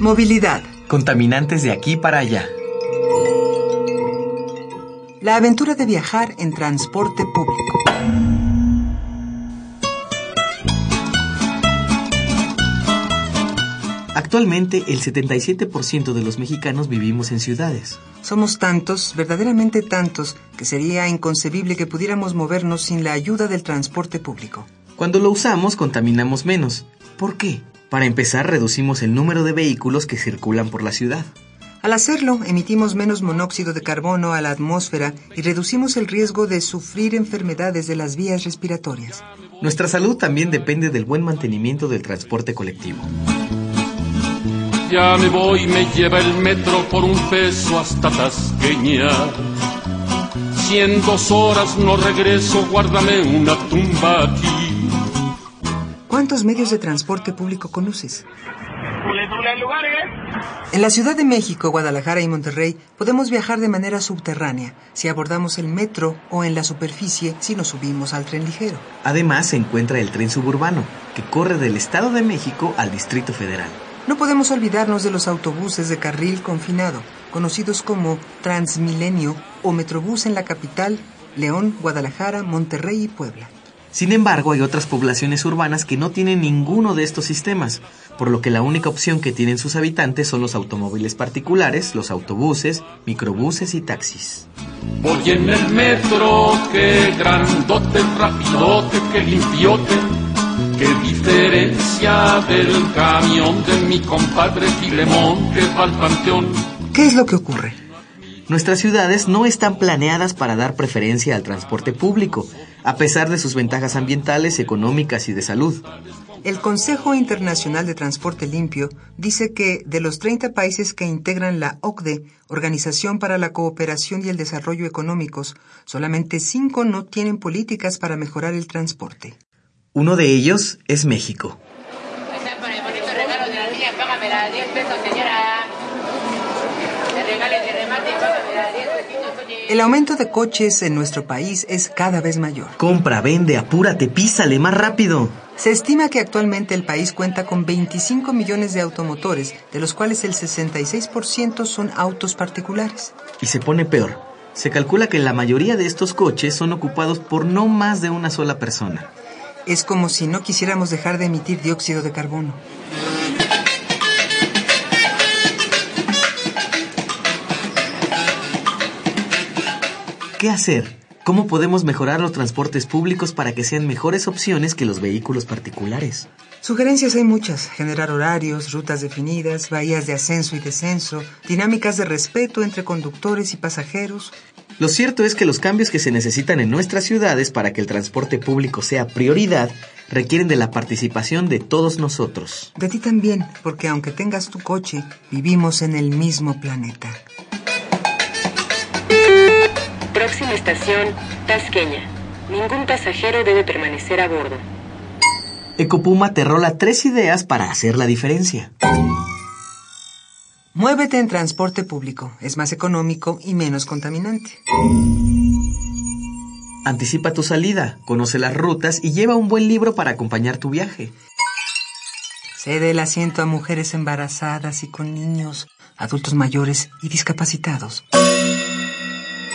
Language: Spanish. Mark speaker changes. Speaker 1: Movilidad.
Speaker 2: Contaminantes de aquí para allá.
Speaker 1: La aventura de viajar en transporte público.
Speaker 2: Actualmente el 77% de los mexicanos vivimos en ciudades.
Speaker 1: Somos tantos, verdaderamente tantos, que sería inconcebible que pudiéramos movernos sin la ayuda del transporte público.
Speaker 2: Cuando lo usamos contaminamos menos. ¿Por qué? Para empezar reducimos el número de vehículos que circulan por la ciudad.
Speaker 1: Al hacerlo, emitimos menos monóxido de carbono a la atmósfera y reducimos el riesgo de sufrir enfermedades de las vías respiratorias.
Speaker 2: Nuestra salud también depende del buen mantenimiento del transporte colectivo.
Speaker 3: Ya me voy, me lleva el metro por un peso hasta Tasqueña. Si en dos horas no regreso, guárdame una tumba aquí.
Speaker 1: ¿Cuántos medios de transporte público conoces?
Speaker 3: lugares?
Speaker 1: En la Ciudad de México, Guadalajara y Monterrey podemos viajar de manera subterránea si abordamos el metro o en la superficie si nos subimos al tren ligero.
Speaker 2: Además se encuentra el tren suburbano, que corre del Estado de México al Distrito Federal.
Speaker 1: No podemos olvidarnos de los autobuses de carril confinado, conocidos como Transmilenio o Metrobús en la capital, León, Guadalajara, Monterrey y Puebla.
Speaker 2: Sin embargo, hay otras poblaciones urbanas que no tienen ninguno de estos sistemas, por lo que la única opción que tienen sus habitantes son los automóviles particulares, los autobuses, microbuses y taxis.
Speaker 3: Voy en el metro, qué grandote, rapidote, qué limpiote. Qué diferencia del camión de mi compadre Filemón que va al panteón.
Speaker 1: ¿Qué es lo que ocurre?
Speaker 2: Nuestras ciudades no están planeadas para dar preferencia al transporte público, a pesar de sus ventajas ambientales, económicas y de salud.
Speaker 1: El Consejo Internacional de Transporte Limpio dice que de los 30 países que integran la OCDE, E, Organización para la Cooperación y el Desarrollo Económicos, solamente 5 no tienen políticas para mejorar el transporte.
Speaker 2: Uno de ellos es México.
Speaker 4: Ahí está para el bonito regalo de la niña, págamela, 10 pesos, señora. Te regales de remate, págamela, 10 pesitos, oye.
Speaker 1: El aumento de coches en nuestro país es cada vez mayor.
Speaker 2: Compra, vende, apúrate, písale más rápido.
Speaker 1: Se estima que actualmente el país cuenta con 25 millones de automotores, de los cuales el 66% son autos particulares.
Speaker 2: Y se pone peor. Se calcula que la mayoría de estos coches son ocupados por no más de una sola persona.
Speaker 1: Es como si no quisiéramos dejar de emitir dióxido de carbono.
Speaker 2: ¿Qué hacer? ¿Cómo podemos mejorar los transportes públicos para que sean mejores opciones que los vehículos particulares?
Speaker 1: Sugerencias hay muchas, generar horarios, rutas definidas, bahías de ascenso y descenso, dinámicas de respeto entre conductores y pasajeros.
Speaker 2: Lo cierto es que los cambios que se necesitan en nuestras ciudades para que el transporte público sea prioridad requieren de la participación de todos nosotros.
Speaker 1: De ti también, porque aunque tengas tu coche, vivimos en el mismo planeta.
Speaker 5: Próxima estación, Tasqueña. Ningún pasajero debe permanecer a bordo.
Speaker 2: Ecopuma te rola tres ideas para hacer la diferencia.
Speaker 1: Muévete en transporte público, es más económico y menos contaminante.
Speaker 2: Anticipa tu salida, conoce las rutas y lleva un buen libro para acompañar tu viaje.
Speaker 1: Cede el asiento a mujeres embarazadas y con niños, adultos mayores y discapacitados.